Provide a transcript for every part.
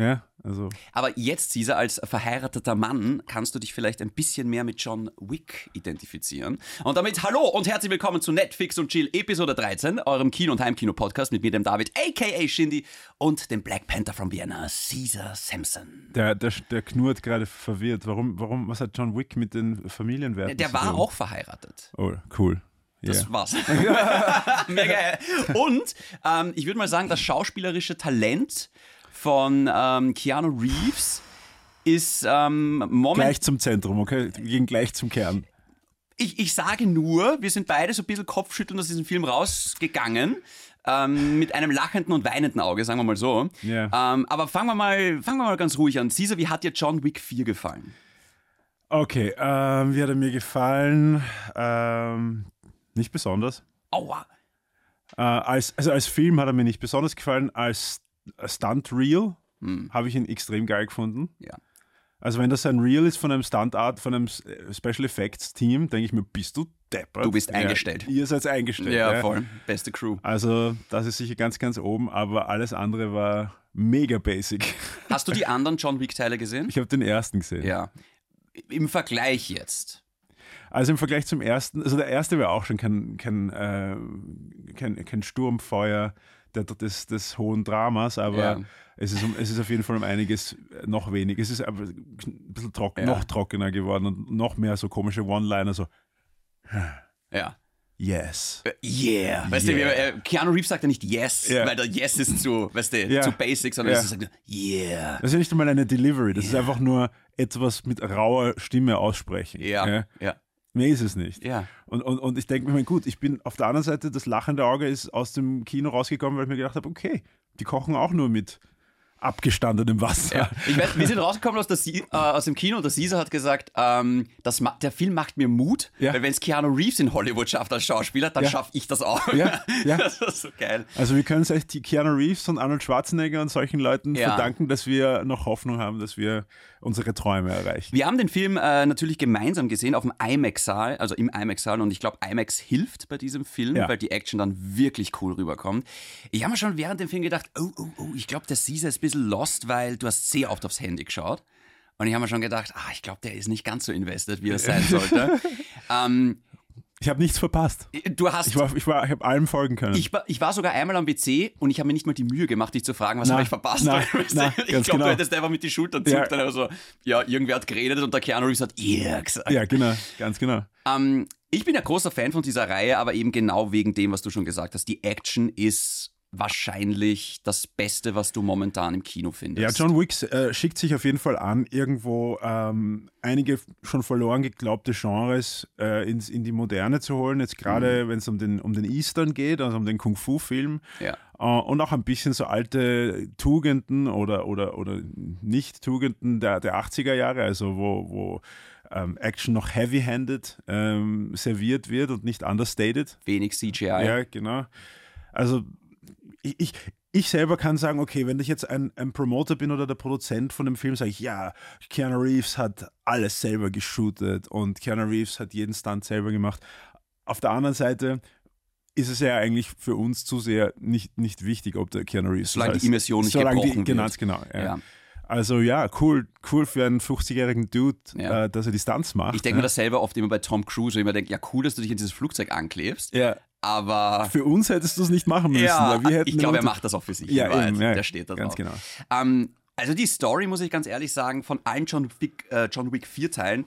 Ja, also. Aber jetzt, Caesar, als verheirateter Mann, kannst du dich vielleicht ein bisschen mehr mit John Wick identifizieren. Und damit hallo und herzlich willkommen zu Netflix und Chill Episode 13, eurem Kino- und Heimkino-Podcast mit mir, dem David, a.k.a. Shindy, und dem Black Panther von Vienna, Caesar Sampson. Der, der, der knurrt gerade verwirrt. Warum, warum, was hat John Wick mit den Familienwerten? Der zu war tun? auch verheiratet. Oh, cool. Das Ja. war's. Mega geil. Und ähm, ich würde mal sagen, das schauspielerische Talent von ähm, Keanu Reeves ist ähm, momentan. Gleich zum Zentrum, okay? Wir gehen gleich zum Kern. Ich, ich sage nur, wir sind beide so ein bisschen kopfschüttelnd aus diesem Film rausgegangen. Ähm, mit einem lachenden und weinenden Auge, sagen wir mal so. Ja. Ähm, aber fangen wir, mal, fangen wir mal ganz ruhig an. Caesar, wie hat dir John Wick 4 gefallen? Okay, ähm, wie hat er mir gefallen? Ähm, nicht besonders. Aua. Äh, als, also als Film hat er mir nicht besonders gefallen. Als Stunt Reel Hm. habe ich ihn extrem geil gefunden. Ja. Also wenn das ein Reel ist von einem Stuntart, von einem S- Special Effects Team, denke ich mir, bist du deppert. Du bist eingestellt. Ja, ihr seid eingestellt. Ja, voll. Beste Crew. Also das ist sicher ganz, ganz oben, aber alles andere war mega basic. Hast du die anderen John Wick-Teile gesehen? Ich habe den ersten gesehen. Ja. Im Vergleich jetzt. Also im Vergleich zum ersten, also der erste war auch schon kein, kein, äh, kein, kein Sturmfeuer der- des, des hohen Dramas, aber Ja. es, ist, um- es ist auf jeden Fall um einiges noch wenig. Es ist aber ein bisschen trocken, Ja. noch trockener geworden und noch mehr so komische One-Liner, so Ja. yes. Yeah. Weißt Yeah. du, wie, äh, Keanu Reeves sagt ja nicht yes, Ja. weil der yes ist zu, weißt du, Ja. zu basic, sondern Ja. es ist sagt yeah. Das ist ja nicht einmal eine Delivery, das ist einfach nur etwas mit rauer Stimme aussprechen. Ja. Ja. Mehr ist es nicht. Ja. Und, und, und ich denke mir, ich mein, gut, ich bin auf der anderen Seite, das lachende Auge ist aus dem Kino rausgekommen, weil ich mir gedacht habe, okay, die kochen auch nur mit abgestandenem Wasser. Ja. Ich weiß, wir sind rausgekommen aus, der, Sie- äh, aus dem Kino und der Caesar hat gesagt, ähm, das ma- der Film macht mir Mut, Ja. weil wenn es Keanu Reeves in Hollywood schafft als Schauspieler, dann Ja. schaffe ich das auch. Ja, ja. Das ist so geil. Also wir können es echt die Keanu Reeves und Arnold Schwarzenegger und solchen Leuten Ja. verdanken, dass wir noch Hoffnung haben, dass wir unsere Träume erreichen. Wir haben den Film äh, natürlich gemeinsam gesehen auf dem IMAX-Saal, also im IMAX-Saal. Und ich glaube, IMAX hilft bei diesem Film, Ja. weil die Action dann wirklich cool rüberkommt. Ich habe mir schon während dem Film gedacht, oh, oh, oh, ich glaube, der Caesar ist ein bisschen lost, weil du hast sehr oft aufs Handy geschaut. Und ich habe mir schon gedacht, ah, ich glaube, der ist nicht ganz so invested, wie er sein sollte. ähm, Ich habe nichts verpasst. du hast Ich war, ich war, ich habe allem folgen können. ich, war- ich war sogar einmal am WC und ich habe mir nicht mal die Mühe gemacht, dich zu fragen, was Na, habe ich verpasst. na, Weil, weißt du, na, ich glaube, ganz genau. du hättest einfach mit die Schultern zuckt. Ja. Dann also, ja, irgendwer hat geredet und der Keanu Reeves hat, yeah, gesagt. ja, genau, ganz genau. Ähm, ich bin ja großer Fan von dieser Reihe, aber eben genau wegen dem, was du schon gesagt hast. Die Action ist wahrscheinlich das Beste, was du momentan im Kino Ja, findest. John Wicks äh, schickt sich auf jeden Fall an, irgendwo ähm, einige schon verloren geglaubte Genres äh, ins, in die Moderne zu holen. Jetzt gerade, wenn es um den, um den Eastern geht, also um den Kung-Fu-Film. Ja. Äh, und auch ein bisschen so alte Tugenden oder, oder, oder Nicht-Tugenden der, der 80er Jahre, also wo, wo ähm, Action noch heavy-handed ähm, serviert wird und nicht understated. Wenig CGI. Ja, genau. Also ich, ich, ich selber kann sagen, okay, wenn ich jetzt ein, ein Promoter bin oder der Produzent von dem Film, sage ich, ja, Keanu Reeves hat alles selber geshootet und Keanu Reeves hat jeden Stunt selber gemacht. Auf der anderen Seite ist es ja eigentlich für uns Zuseher nicht, nicht wichtig, ob der Keanu Reeves... Solange das die Immersion nicht solange gebrochen wird. Genau, genau. Ja. Ja. Also ja, cool, cool für einen 50-jährigen Dude, Ja. äh, dass er die Stunts macht. Ich denke mir das selber oft immer bei Tom Cruise, wenn ich mir denke, ja cool, dass du dich in dieses Flugzeug anklebst, ja. aber Für uns hättest du es nicht machen müssen. Ah. ja, ah, weil wir hätten ich glaube, er immer- macht das auch für sich. in Ja, Wahrheit. eben, ja, Der steht da ganz drauf. genau. Ähm, also die Story, muss ich ganz ehrlich sagen, von allen John Wick, äh, John Wick 4 Teilen,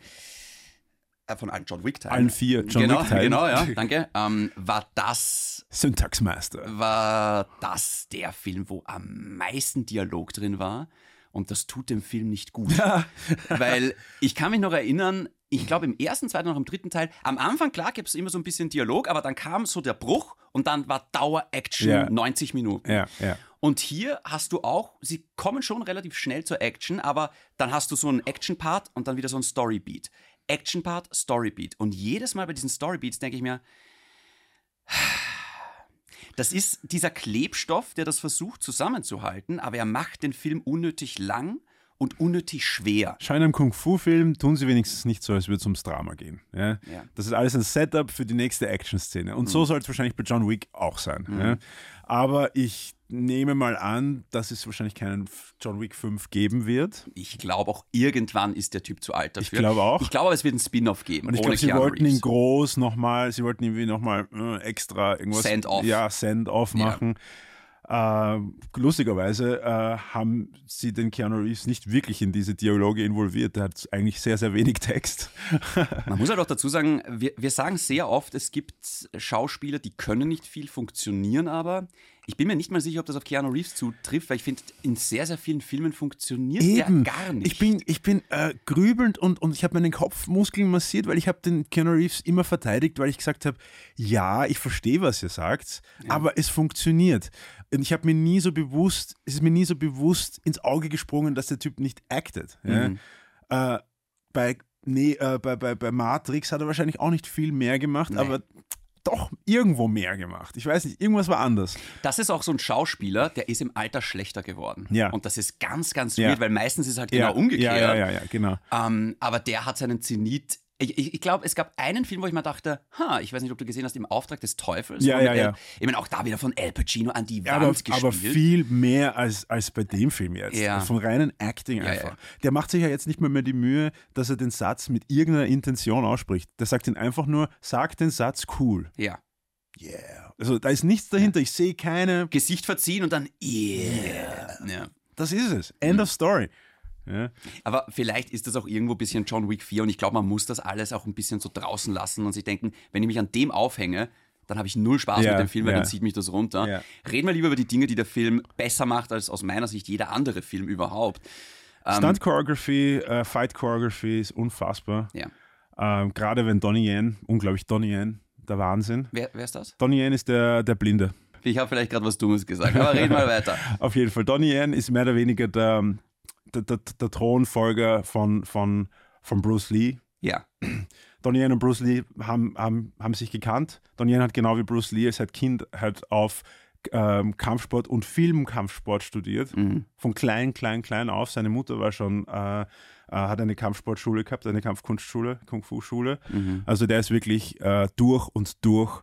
äh, von allen John Wick Teilen. Allen vier John genau, Wick-Teilen. Genau, ja, danke. Ähm, war das, Syntaxmaster. war das der Film, wo am meisten Dialog drin war und das tut dem Film nicht gut. Weil ich kann mich noch erinnern, ich glaube im ersten, zweiten und auch im dritten Teil, am Anfang, klar, gibt es immer so ein bisschen Dialog, aber dann kam so der Bruch und dann war Dauer-Action Ja. 90 Minuten. Ja, ja. Und hier hast du auch, sie kommen schon relativ schnell zur Action, aber dann hast du so einen Action-Part und dann wieder so einen Story-Beat. Action-Part, Story-Beat. Und jedes Mal bei diesen Story-Beats denke ich mir, das ist dieser Klebstoff, der das versucht zusammenzuhalten, aber er macht den Film unnötig lang und unnötig schwer. Schau in einem Kung-Fu-Film, tun sie wenigstens nicht so, als würde es ums Drama gehen. Ja? Ja. Mhm. Das ist alles ein Setup für die nächste Action-Szene. Und so soll es wahrscheinlich bei John Wick auch sein. Ja? Aber ich nehme mal an, dass es wahrscheinlich keinen F- John Wick 5 geben wird. Ich glaube auch, irgendwann ist der Typ zu alt dafür. glaube auch. Ich glaube, aber es wird einen Spin-off geben. Und ich ohne glaube, sie Keanu wollten ihn Reeves. groß nochmal, sie wollten irgendwie nochmal äh, extra irgendwas. Send-off. Ja, Send-off machen. Ähm, lustigerweise äh, haben sie den Keanu Reeves nicht wirklich in diese Dialoge involviert. Der hat eigentlich sehr, sehr wenig Text. Man muss halt auch dazu sagen, wir, wir sagen sehr oft, es gibt Schauspieler, die können nicht viel funktionieren, aber ich bin mir nicht mal sicher, ob das auf Keanu Reeves zutrifft, weil ich finde, in sehr, sehr vielen Filmen funktioniert Eben. der gar nicht. Ich bin, ich bin äh, grübelnd und, und ich habe meinen Kopfmuskeln massiert, weil ich habe den Keanu Reeves immer verteidigt, weil ich gesagt habe, ja, ich verstehe, was ihr sagt, aber es funktioniert. Und ich habe mir nie so bewusst, es ist mir nie so bewusst ins Auge gesprungen, dass der Typ nicht acted. Ja? Mhm. Äh, bei, nee, äh, bei, bei, bei Matrix hat er wahrscheinlich auch nicht viel mehr gemacht, aber doch irgendwo mehr gemacht. Ich weiß nicht, irgendwas war anders. Das ist auch so ein Schauspieler, der ist im Alter schlechter geworden. Ja. Und das ist ganz, ganz Ja. weird, weil meistens ist halt genau umgekehrt. Ja, ja, ja, ja, genau. Ähm, aber der hat seinen Zenit. Ich, ich, ich glaube, es gab einen Film, wo ich mal dachte, ha, ich weiß nicht, ob du gesehen hast, im Auftrag des Teufels. Ja, wo mit ja, ja. Al- Ich meine, auch da wieder von Al Pacino an die Ja, Wand aber, gespielt. aber viel mehr als, als bei dem Film jetzt. Ja. Vom reinen Acting einfach. ja. Der macht sich ja jetzt nicht mehr, mehr die Mühe, dass er den Satz mit irgendeiner Intention ausspricht. Der sagt ihn einfach nur, sag den Satz cool. ja. Yeah. Also da ist nichts dahinter. Ich sehe keine. Gesicht verziehen und dann yeah. Ja. Das ist es. End Mhm. of story. Ja. Aber vielleicht ist das auch irgendwo ein bisschen John Wick 4 und ich glaube, man muss das alles auch ein bisschen so draußen lassen und sich denken, wenn ich mich an dem aufhänge, dann habe ich null Spaß Ja, mit dem Film, weil ja. dann zieht mich das runter. Ja. Reden wir lieber über die Dinge, die der Film besser macht als aus meiner Sicht jeder andere Film überhaupt. Ähm. Stunt Choreography, äh, Fight Choreography ist unfassbar. Ja. Ähm, Gerade wenn Donnie Yen, unglaublich Donnie Yen, der Wahnsinn. Wer, wer ist das? Donnie Yen ist der, der Blinde. Ich habe vielleicht gerade was Dummes gesagt, aber reden wir weiter. Auf jeden Fall. Donnie Yen ist mehr oder weniger der, der, der, der Thronfolger von, von, von Bruce Lee. Ja. Donnie Yen und Bruce Lee haben, haben, haben sich gekannt. Donnie Yen hat genau wie Bruce Lee seit Kind halt auf ähm, Kampfsport und Filmkampfsport studiert. Von klein, klein, klein auf. Seine Mutter war schon, äh, äh, hat eine Kampfsportschule gehabt, eine Kampfkunstschule, Kung-Fu-Schule. Also der ist wirklich äh, durch und durch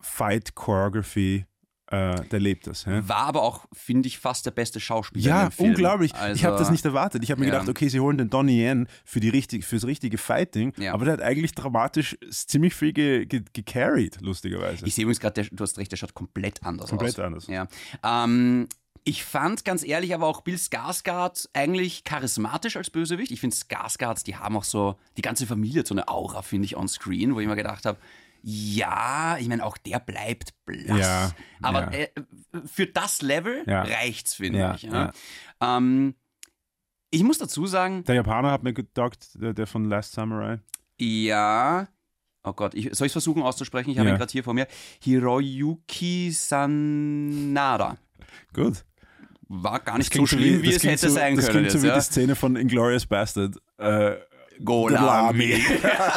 Fight Choreography, äh, der lebt das. Ja? War aber auch, finde ich, fast der beste Schauspieler. in Ja, dem Film. unglaublich. ich Also- habe das nicht erwartet. Ich habe mir Ja. gedacht, okay, sie holen den Donnie Yen für die richtig, fürs richtige Fighting, Ja. aber der hat eigentlich dramatisch ziemlich viel ge, ge, gecarried, lustigerweise. Ich sehe übrigens gerade, der- du hast recht, der schaut komplett anders aus. Komplett anders. Ja. Ähm, ich fand ganz ehrlich aber auch Bill Skarsgård eigentlich charismatisch als Bösewicht. Ich finde Skarsgårds, die haben auch so, die ganze Familie hat so eine Aura, finde ich, on screen, wo ich mir gedacht habe, ja, ich meine, auch der bleibt blass. Ja, aber ja. Äh, für das Level Ja. reicht's, finde Ja, ich. Ja. Ähm, ich muss dazu sagen, der Japaner hat mir gedacht, der, der von Last Samurai. ja. Oh Gott, ich, soll ich es versuchen auszusprechen? Ich habe Ja. ihn gerade hier vor mir. Hiroyuki Sanada. Gut. War gar nicht so klingt schlimm, wie das es klingt hätte so, sein das können. klingt so Jetzt, wie ja? die Szene von Inglorious Bastard. Äh, Golami.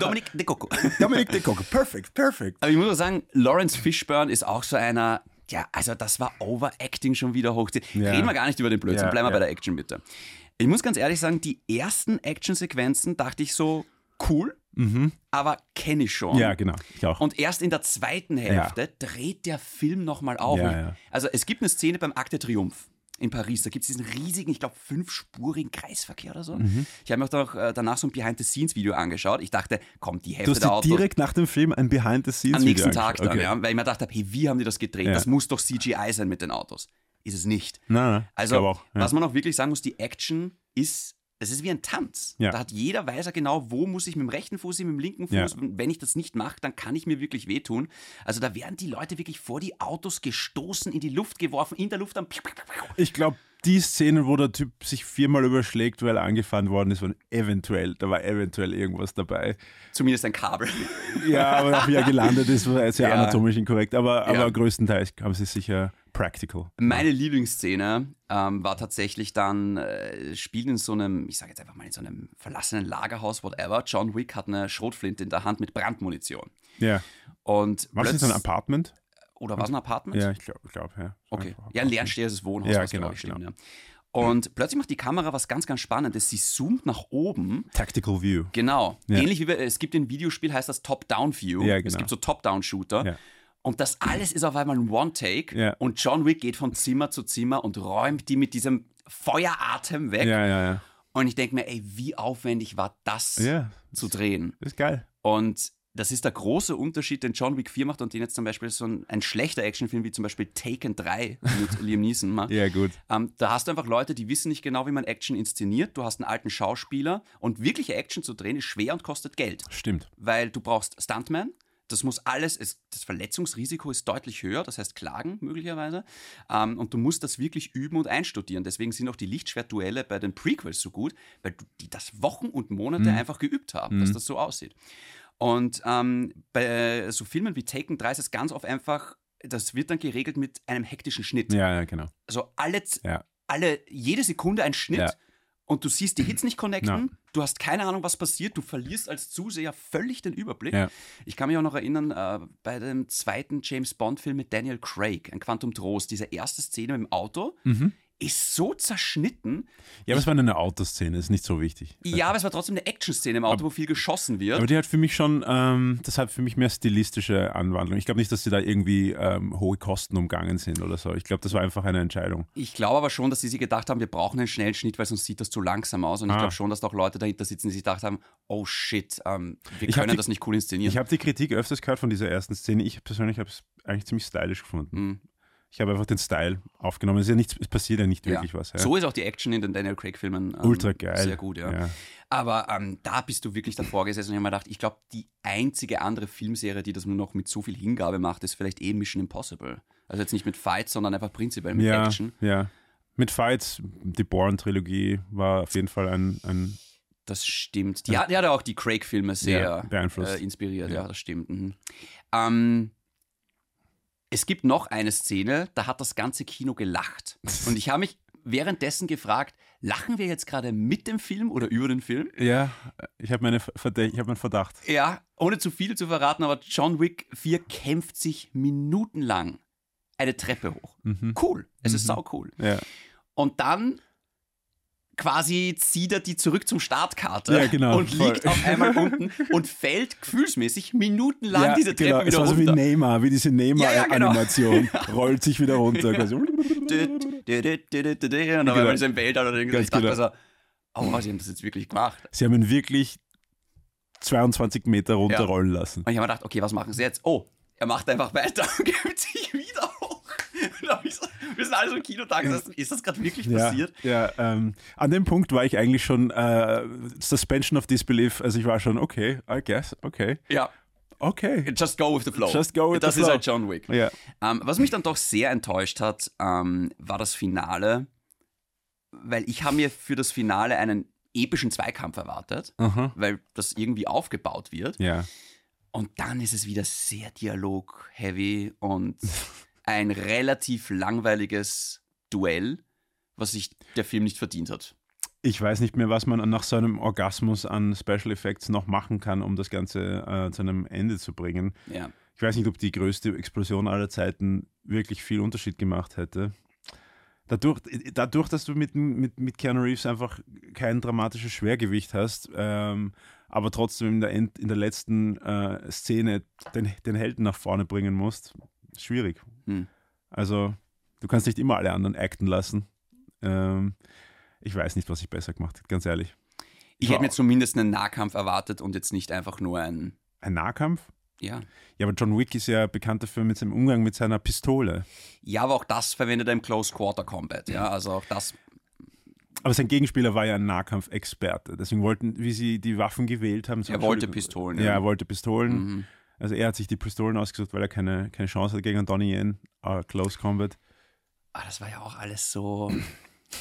Dominik de Coco. Dominic de Coco, perfect, perfect. Aber ich muss auch sagen, Lawrence Fishburne ist auch so einer. Ja, also das war Overacting schon wieder hochziehen. Ja. Reden wir gar nicht über den Blödsinn, Ja, bleiben wir ja. bei der Action bitte. Ich muss ganz ehrlich sagen, die ersten Actionsequenzen dachte ich so, cool, aber kenne ich schon. Mhm. Ja, genau. Ich auch. Also, Und erst in der zweiten Hälfte dreht der Film nochmal auf. Ja, ja. Also es gibt eine Szene beim Akt der Triumph in Paris. Da gibt es diesen riesigen, ich glaube, fünfspurigen Kreisverkehr oder so. Mhm. Ich habe mir auch doch, äh, danach so ein Behind-the-Scenes-Video angeschaut. Ich dachte, komm, die du Hälfte hast der dir Autos... direkt nach dem Film ein Behind-the-Scenes Am nächsten Video Tag dann, angeschaut. okay. ja, weil ich mir gedacht habe, hey, wie haben die das gedreht? Ja. Das muss doch CGI sein mit den Autos. Ist es nicht. Nein, nein, ich Also, glaub auch, ja. was man auch wirklich sagen muss, die Action ist, es ist wie ein Tanz. Ja. Da hat jeder weiß ja genau, wo muss ich mit dem rechten Fuß hin, mit dem linken Fuß. Ja. Wenn ich das nicht mache, dann kann ich mir wirklich wehtun. Also da werden die Leute wirklich vor die Autos gestoßen, in die Luft geworfen, in der Luft dann. piu, piu, piu, piu. Ich glaube, die Szenen, wo der Typ sich viermal überschlägt, weil er angefahren worden ist, waren eventuell, da war eventuell irgendwas dabei. Zumindest ein Kabel. Ja, aber auch wie er gelandet ist, war sehr Ja. anatomisch inkorrekt. Aber, aber Ja. größtenteils haben sie sicher practical. Meine Lieblingsszene ähm, war tatsächlich dann, äh, spielt in so einem, ich sage jetzt einfach mal in so einem verlassenen Lagerhaus, whatever. John Wick hat eine Schrotflinte in der Hand mit Brandmunition. Ja. Und War das plötz- nicht so ein Apartment? Oder war es ein Apartment? Ja, ich glaube, glaub, ja. Okay. Ja, ein leersteheres Wohnhaus, Ja, was genau, glaube ich stimmt. Ja. Und plötzlich macht die Kamera was ganz, ganz Spannendes. Sie zoomt nach oben. Tactical View. Genau. Ja. Ähnlich wie bei, es gibt im Videospiel, heißt das Top-Down-View. Ja, genau. Es gibt so Top-Down-Shooter. Ja. Und das alles ist auf einmal ein One-Take. Ja. Und John Wick geht von Zimmer zu Zimmer und räumt die mit diesem Feueratem weg. Ja, ja, ja. Und ich denke mir, ey, wie aufwendig war das Ja, zu drehen? ist geil. Und das ist der große Unterschied, den John Wick 4 macht und den jetzt zum Beispiel so ein, ein schlechter Actionfilm wie zum Beispiel Taken 3 mit Liam Neeson macht. Ja, gut. Ähm, da hast du einfach Leute, die wissen nicht genau, wie man Action inszeniert. Du hast einen alten Schauspieler und wirkliche Action zu drehen ist schwer und kostet Geld, Stimmt. weil du brauchst Stuntman. Das muss alles, es, das Verletzungsrisiko ist deutlich höher, das heißt Klagen möglicherweise. Ähm, und du musst das wirklich üben und einstudieren. Deswegen sind auch die Lichtschwertduelle bei den Prequels so gut, weil du, die das Wochen und Monate einfach geübt haben, dass das so aussieht. Und ähm, bei so Filmen wie Taken 3 ist es ganz oft einfach, das wird dann geregelt mit einem hektischen Schnitt. Ja, ja, genau. Also alle, Ja. alle jede Sekunde ein Schnitt Ja. und du siehst die Hits nicht connecten, Ja. du hast keine Ahnung, was passiert, du verlierst als Zuseher völlig den Überblick. Ja. Ich kann mich auch noch erinnern, äh, bei dem zweiten James Bond-Film mit Daniel Craig, ein Quantum Trost, diese erste Szene im Auto Mhm. ist so zerschnitten. Ja, aber es war nur eine Autoszene, ist nicht so wichtig. Ja, aber es war trotzdem eine Action-Szene im Auto, wo viel geschossen wird. Aber die hat für mich schon, ähm, das hat für mich mehr stilistische Anwandlung. Ich glaube nicht, dass sie da irgendwie ähm, hohe Kosten umgangen sind oder so. Ich glaube, das war einfach eine Entscheidung. Ich glaube aber schon, dass sie sich gedacht haben, wir brauchen einen schnellen Schnitt, weil sonst sieht das zu langsam aus. Und ich Ah. glaube schon, dass da auch Leute dahinter sitzen, die sich gedacht haben, oh shit, ähm, wir Ich hab können die- das nicht cool inszenieren. Ich habe die Kritik öfters gehört von dieser ersten Szene. Ich persönlich habe es eigentlich ziemlich stylisch gefunden. Mhm. Ich habe einfach den Style aufgenommen. Es, ist ja nichts, es passiert ja nicht wirklich ja. was. Ja. So ist auch die Action in den Daniel Craig-Filmen. ähm, Ultra geil. Sehr gut, ja. Aber ähm, da bist du wirklich davor gesessen und ich habe mir gedacht, ich glaube, die einzige andere Filmserie, die das nur noch mit so viel Hingabe macht, ist vielleicht eh Mission Impossible. Also jetzt nicht mit Fights, sondern einfach prinzipiell mit Ja, Action. ja. Mit Fights, die Bourne-Trilogie war auf jeden Fall ein, ein Das stimmt. Die, hat, die hat auch die Craig-Filme sehr Ja, beeinflusst. Äh, inspiriert. Ja. Ja, das stimmt. Mhm. Ähm, es gibt noch eine Szene, da hat das ganze Kino gelacht. Und ich habe mich währenddessen gefragt, lachen wir jetzt gerade mit dem Film oder über den Film? Ja, ich habe meine Verde ich hab meinen Verdacht. Ja, ohne zu viel zu verraten, aber John Wick 4 kämpft sich minutenlang eine Treppe hoch. Mhm. Cool, es ist sau cool. Ja. Und dann quasi zieht er die zurück zum Startkarte Ja, genau, und voll. liegt auf einmal unten und fällt gefühlsmäßig minutenlang ja, genau, diese Treppe Es wieder war so wie runter. Neymar, wie diese Ja, ja, genau. Neymar-Animation. Rollt sich wieder runter. quasi. Dü- dü- dü- dü- dü- dü- dü- Und auf einmal ist ein Bild oder ich Ganz dachte genau. mir so, oh, sie haben das jetzt wirklich gemacht. Sie haben ihn wirklich 22 Meter runterrollen lassen. Und ich habe mir gedacht, okay, was machen sie jetzt? Oh, er macht einfach weiter und gibt sich wieder hoch. Und da hab ich so- Wir sind alle so im Kinotag gesessen. Ist das gerade wirklich Ja, passiert? ja ähm, an dem Punkt war ich eigentlich schon äh, Suspension of Disbelief. Also ich war schon, okay, I guess, okay, Ja. okay. Just go with the flow. Just go with das the ist flow. halt John Wick. Ja, Ähm, was mich dann doch sehr enttäuscht hat, ähm, war das Finale. Weil ich habe mir für das Finale einen epischen Zweikampf erwartet, Aha. weil das irgendwie aufgebaut wird. ja. Und dann ist es wieder sehr dialog-heavy und ein relativ langweiliges Duell, was sich der Film nicht verdient hat. Ich weiß nicht mehr, was man nach so einem Orgasmus an Special Effects noch machen kann, um das Ganze äh, zu einem Ende zu bringen. Ja. Ich weiß nicht, ob die größte Explosion aller Zeiten wirklich viel Unterschied gemacht hätte. Dadurch, dadurch dass du mit, mit, mit Keanu Reeves einfach kein dramatisches Schwergewicht hast, ähm, aber trotzdem in der, End, in der letzten äh, Szene den, den Helden nach vorne bringen musst, ist schwierig. Hm. Also, du kannst nicht immer alle anderen acten lassen. Ähm, ich weiß nicht, was ich besser gemacht hätte, ganz ehrlich. Ich War- hätte mir zumindest einen Nahkampf erwartet und jetzt nicht einfach nur ein. Ein Nahkampf? Ja. Ja, aber John Wick ist ja bekannt dafür mit seinem Umgang mit seiner Pistole. Ja, aber auch das verwendet er im Close Quarter Combat. Mhm. Ja, also auch das. Aber sein Gegenspieler war ja ein Nahkampfexperte. Deswegen wollten, wie sie die Waffen gewählt haben. so- Er wollte Pistolen. Ja, Ja. Mhm. er wollte Pistolen. Also er hat sich die Pistolen ausgesucht, weil er keine, keine Chance hat gegen Donnie Yen. Ah, Close Combat. Ah, das war ja auch alles so.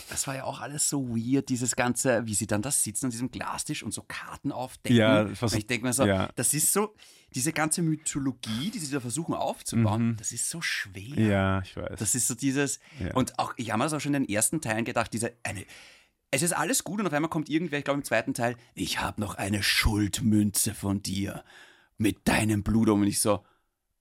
Das war ja auch alles so weird, dieses ganze, wie sie dann das sitzen an diesem Glastisch und so Karten aufdecken. Ja, das war so- Und ich denke mir so, ja. das ist so, diese ganze Mythologie, die sie da versuchen aufzubauen, das ist so schwer. Mhm. Ja, ich weiß. Das ist so dieses. Ja. Und auch, ich habe mir das auch schon in den ersten Teilen gedacht, diese eine. Es ist alles gut und auf einmal kommt irgendwer, ich glaube im zweiten Teil, ich habe noch eine Schuldmünze von dir mit deinem Blut um. Und ich so,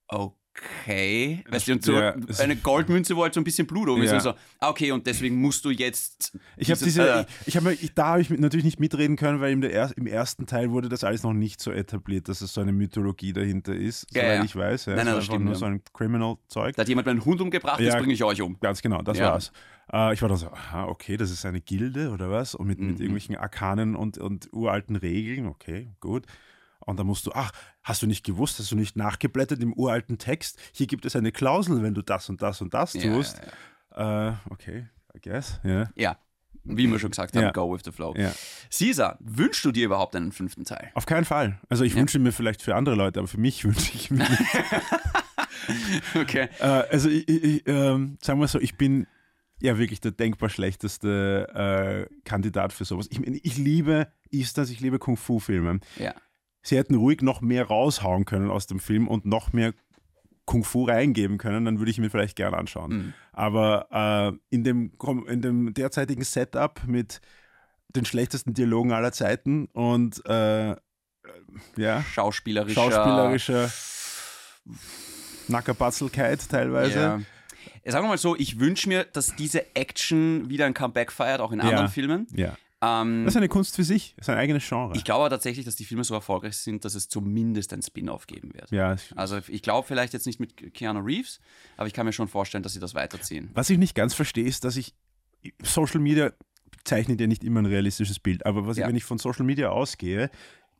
okay. Weißt du, und so Ja. eine Goldmünze war halt so ein bisschen Blut oben. Ja. So, ah, okay, und deswegen musst du jetzt. Ich habe dieses, diese, äh, ich, ich hab, mir- ich, da habe ich mit- natürlich nicht mitreden können, weil im, der, er- im ersten Teil wurde das alles noch nicht so etabliert, dass es so eine Mythologie dahinter ist, Ja, soweit ja. ich weiß. Ja. Nein, Es war nein, das einfach stimmt, nur ja. so ein Criminal-Zeug. da hat jemand meinen Hund umgebracht, jetzt Ja. bringe ich euch um. Ganz genau, das Ja. war's. Äh, ich war da so, aha, okay, das ist eine Gilde oder was? Und mit, Mhm. mit irgendwelchen Arkanen und, und uralten Regeln, okay, gut. Und da musst du, ach, hast du nicht gewusst, hast du nicht nachgeblättert im uralten Text? Hier gibt es eine Klausel, wenn du das und das und das Ja, tust. Äh, okay, I guess, ja. Ja, wie wir schon gesagt haben, Ja. go with the flow. ja. Caesar, wünschst du dir überhaupt einen fünften Teil? Auf keinen Fall. Also ich wünsche mir vielleicht für andere Leute, aber für mich wünsche ich mir. Okay. äh, also ich, ich, ich, ähm, sagen wir so, ich bin ja wirklich der denkbar schlechteste äh, Kandidat für sowas. Ich, meine, ich liebe Easters, ich liebe Kung-Fu-Filme. Ja. Sie hätten ruhig noch mehr raushauen können aus dem Film und noch mehr Kung-Fu reingeben können, dann würde ich ihn mir vielleicht gern anschauen. Mhm. hm. Aber äh, in, dem, Kom- in dem derzeitigen Setup mit den schlechtesten Dialogen aller Zeiten und äh, äh, ja. Schauspielerischer. schauspielerische Nackerbatzelkeit teilweise. Ja. Sagen wir mal so, ich wünsche mir, dass diese Action wieder ein Comeback feiert, auch in Ja. anderen Filmen. Ja. Ähm, Das ist eine Kunst für sich, das ist ein eigenes Genre. ich glaube aber tatsächlich, dass die Filme so erfolgreich sind, dass es zumindest ein Spin-off geben wird. ja, ich, Also ich glaube vielleicht jetzt nicht mit Keanu Reeves, aber ich kann mir schon vorstellen, dass sie das weiterziehen. was ich nicht ganz verstehe, ist, dass ich Social Media zeichnet ja nicht immer ein realistisches Bild, aber was Ja. ich, wenn ich von Social Media ausgehe,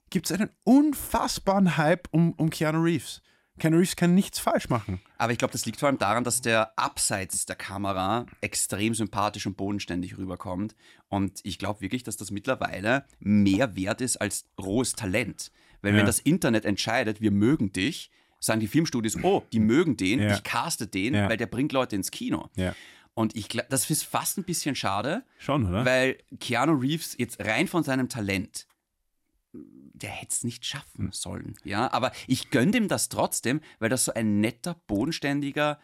gibt es einen unfassbaren Hype um, um Keanu Reeves. Keanu Reeves kann nichts falsch machen. Aber ich glaube, das liegt vor allem daran, dass der abseits der Kamera extrem sympathisch und bodenständig rüberkommt. Und ich glaube wirklich, dass das mittlerweile mehr wert ist als rohes Talent. Weil Ja. wenn das Internet entscheidet, wir mögen dich, sagen die Filmstudios, oh, die mögen den, Ja. ich caste den, Ja. weil der bringt Leute ins Kino. Ja. Und ich glaube, das ist fast ein bisschen schade, Schon, oder? weil Keanu Reeves jetzt rein von seinem Talent, der hätte es nicht schaffen sollen. Ja, aber ich gönne dem das trotzdem, weil das so ein netter, bodenständiger,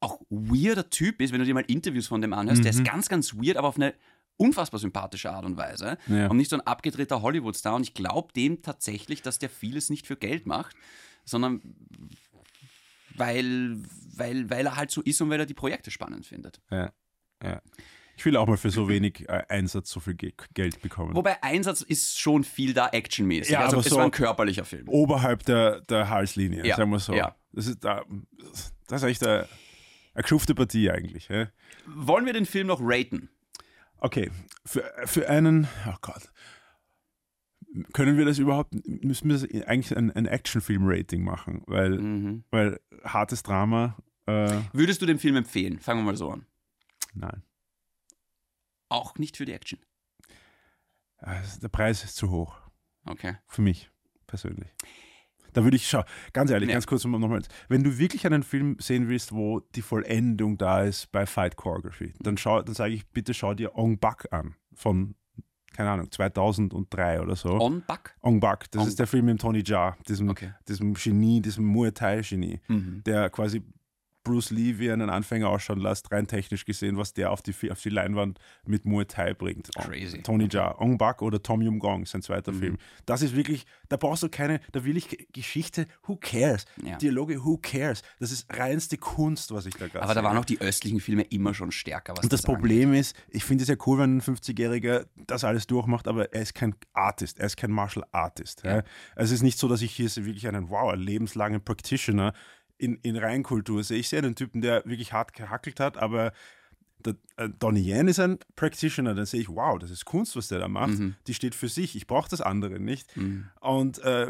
auch weirder Typ ist. Wenn du dir mal Interviews von dem anhörst, der ist ganz, ganz weird, aber auf eine unfassbar sympathische Art und Weise. Ja. Und nicht so ein abgedrehter Hollywood-Star. Und ich glaube dem tatsächlich, dass der vieles nicht für Geld macht, sondern weil, weil, weil er halt so ist und weil er die Projekte spannend findet. ja. Ja. Ich will auch mal für so wenig äh, Einsatz so viel Ge Geld bekommen. Wobei Einsatz ist schon viel da actionmäßig. Ja, also aber es so- war ein körperlicher Film. oberhalb der, der Halslinie, Ja, sagen wir so. ja. Das ist, da, das ist echt eine, eine geschufte Partie eigentlich. Ja? Wollen wir den Film noch raten? Okay, für, für einen, oh Gott, können wir das überhaupt, müssen wir das eigentlich ein, ein Actionfilm-Rating machen, weil, Mhm. weil hartes Drama, äh, Würdest du den Film empfehlen? Fangen wir mal so an. nein, Auch nicht für die Action. Also der Preis ist zu hoch. Okay. Für mich persönlich. Da würde ich schauen, ganz ehrlich, Ja. ganz kurz nochmal, wenn du wirklich einen Film sehen willst, wo die Vollendung da ist bei Fight Choreography, dann, schau, dann sage ich, bitte schau dir Ong Bak an von, keine Ahnung, 2003 oder so. On Buck? Ong Bak, das Ong ist der Film mit Tony Jaa, diesem, Okay. diesem Genie, diesem Muay Thai Genie, Mhm. der quasi Bruce Lee wie einen Anfänger ausschauen lässt, rein technisch gesehen, was der auf die, auf die Leinwand mit Muay Thai bringt. Crazy. Mhm. Tony Jaa, Ong Bak oder Tom Yum Gong, sein zweiter Film. Das ist wirklich, da brauchst du keine, da will ich Ge- Geschichte, who cares? Ja. Dialoge, who cares? Das ist reinste Kunst, was ich da gerade Aber da sehe. waren auch die östlichen Filme immer schon stärker. Was Und Also das Problem ist, ich finde es ja cool, wenn ein 50-Jähriger das alles durchmacht, aber er ist kein Artist, er ist kein Martial Artist. Ja. Also Es ist nicht so, dass ich hier so wirklich einen, wow, einen lebenslangen Practitioner in, in Reinkultur sehe. Ich sehe einen Typen, der wirklich hart gehackelt hat, aber der, äh, Donnie Yen ist ein Practitioner, dann sehe ich, wow, das ist Kunst, was der da macht. Die steht für sich, ich brauche das andere nicht. Und äh,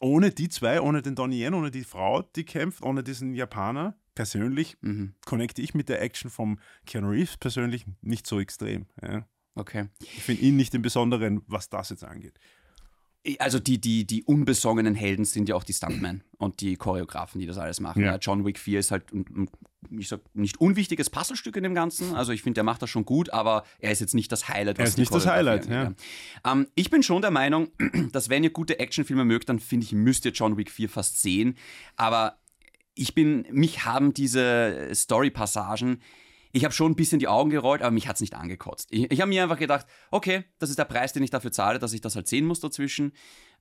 ohne die zwei, ohne den Donnie Yen, ohne die Frau, die kämpft, ohne diesen Japaner, persönlich Mhm. connecte ich mit der Action vom Keanu Reeves persönlich nicht so extrem. Ja. Okay. Ich finde ihn nicht im Besonderen, was das jetzt angeht. Also die, die, die unbesongenen Helden sind ja auch die Stuntmen und die Choreografen, die das alles machen. Ja. Ja, John Wick 4 ist halt ein, ein ich sag, nicht unwichtiges Puzzlestück in dem Ganzen. Also ich finde, der macht das schon gut, aber er ist jetzt nicht das Highlight. Er was ist die nicht das Choreografie Highlight, angeht, ja. Ähm, ich bin schon der Meinung, dass wenn ihr gute Actionfilme mögt, dann finde ich, müsst ihr John Wick 4 fast sehen. Aber ich bin, mich haben diese äh, Story-Passagen, ich habe schon ein bisschen die Augen gerollt, aber mich hat's nicht angekotzt. Ich, ich habe mir einfach gedacht, okay, das ist der Preis, den ich dafür zahle, dass ich das halt sehen muss dazwischen.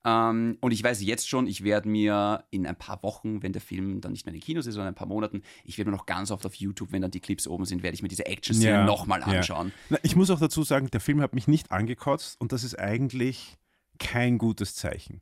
Ähm, und ich weiß jetzt schon, ich werde mir in ein paar Wochen, wenn der Film dann nicht mehr in den Kinos ist, sondern in ein paar Monaten, ich werde mir noch ganz oft auf YouTube, wenn dann die Clips oben sind, werde ich mir diese Action-Szenen Ja, nochmal anschauen. Na, ich muss auch dazu sagen, der Film hat mich nicht angekotzt und das ist eigentlich kein gutes Zeichen.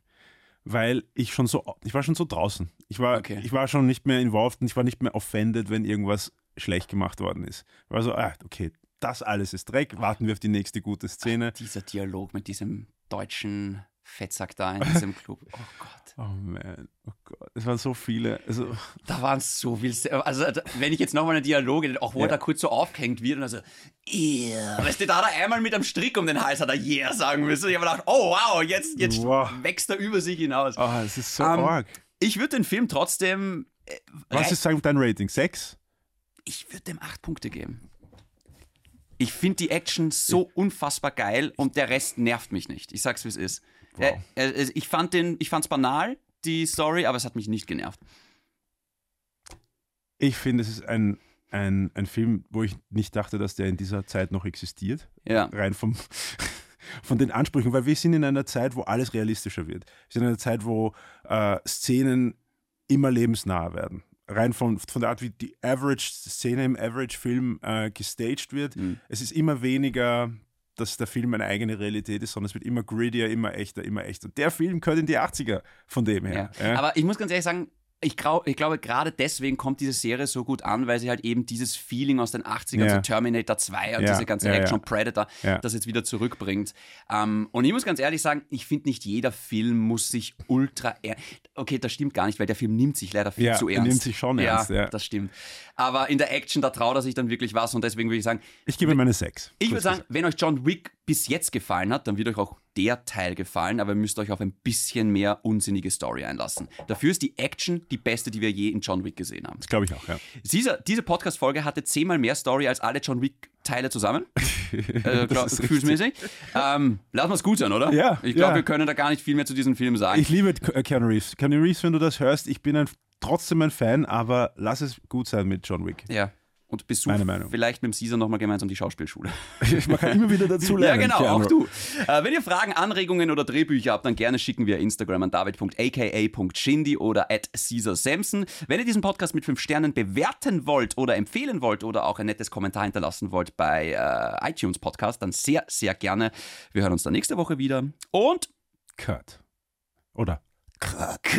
Weil ich schon so, ich war schon so draußen. Ich war, Okay. ich war schon nicht mehr involved und ich war nicht mehr offended, wenn irgendwas schlecht gemacht worden ist. Ich war so, ah, okay, das alles ist Dreck, warten wir auf die nächste gute Szene. Dieser Dialog mit diesem deutschen Fettsack da in diesem Club. Oh Gott. Oh man, oh Gott, es waren so viele. Also, Da waren so viel. Also, da- wenn ich jetzt nochmal einen Dialog, auch wo er Ja. da kurz so aufgehängt wird und also, yeah. Weißt du, da hat er einmal mit einem Strick um den Hals hat er yeah sagen müssen. Ich habe gedacht, oh wow, jetzt, jetzt Wow. wächst er über sich hinaus. ah, es ist so Ähm, arg. Ich würde den Film trotzdem. äh, Was rei- ist sagen, dein Rating? Sechs? Ich würde dem acht Punkte geben. Ich finde die Action so unfassbar geil und der Rest nervt mich nicht. Ich sag's wie es ist. Äh, äh, ich fand den, ich fand's banal, die Story, aber es hat mich nicht genervt. Ich finde, es ist ein, ein, ein Film, wo ich nicht dachte, dass der in dieser Zeit noch existiert. Ja. rein vom, von den Ansprüchen, weil wir sind in einer Zeit, wo alles realistischer wird. Wir sind in einer Zeit, wo äh, Szenen immer lebensnah werden. Rein von, von der Art, wie die Average-Szene im Average-Film äh, gestaged wird. Es ist immer weniger, dass der Film eine eigene Realität ist, sondern es wird immer grittier, immer echter, immer echter. Der Film gehört in die 80er von dem her. Ja. Ja. Aber ich muss ganz ehrlich sagen, ich, grau, ich glaube, gerade deswegen kommt diese Serie so gut an, weil sie halt eben dieses Feeling aus den 80ern, Ja. so Terminator 2 und Ja, diese ganze ja, ja. Action Predator, Ja. das jetzt wieder zurückbringt. Ähm, und ich muss ganz ehrlich sagen, ich finde nicht jeder Film muss sich ultra. Er okay, das stimmt gar nicht, weil der Film nimmt sich leider viel Ja, zu er ernst. nimmt sich schon ernst, ja. das stimmt. Aber in der Action, da traut er sich dann wirklich was und deswegen würde ich sagen, Ich gebe ihm eine 6. ich würde sagen, wenn euch John Wick bis jetzt gefallen hat, dann wird euch auch der Teil gefallen, aber ihr müsst euch auf ein bisschen mehr unsinnige Story einlassen. Dafür ist die Action die beste, die wir je in John Wick gesehen haben. Das glaube ich auch, ja. Dieser, diese Podcast-Folge hatte zehnmal mehr Story als alle John Wick-Teile zusammen, äh, Das glaub, ist gefühlsmäßig. Ähm, lassen wir es gut sein, oder? Ja, Ich glaube, ja. wir können da gar nicht viel mehr zu diesem Film sagen. Ich liebe Ke- äh, Keanu Reeves. Keanu Reeves, wenn du das hörst, ich bin ein, trotzdem ein Fan, aber lass es gut sein mit John Wick. ja. Und besuch Meine Meinung. vielleicht mit dem Caesar nochmal gemeinsam die Schauspielschule. Man kann immer wieder dazu Ja, lernen. genau, Keanu. auch du. Äh, wenn ihr Fragen, Anregungen oder Drehbücher habt, dann gerne schicken wir Instagram an david.aka.shindy oder at Caesar Sampson. Wenn ihr diesen Podcast mit 5 Sternen bewerten wollt oder empfehlen wollt oder auch ein nettes Kommentar hinterlassen wollt bei äh, iTunes Podcast, dann sehr, sehr gerne. Wir hören uns dann nächste Woche wieder. Und Cut. Oder? Cut.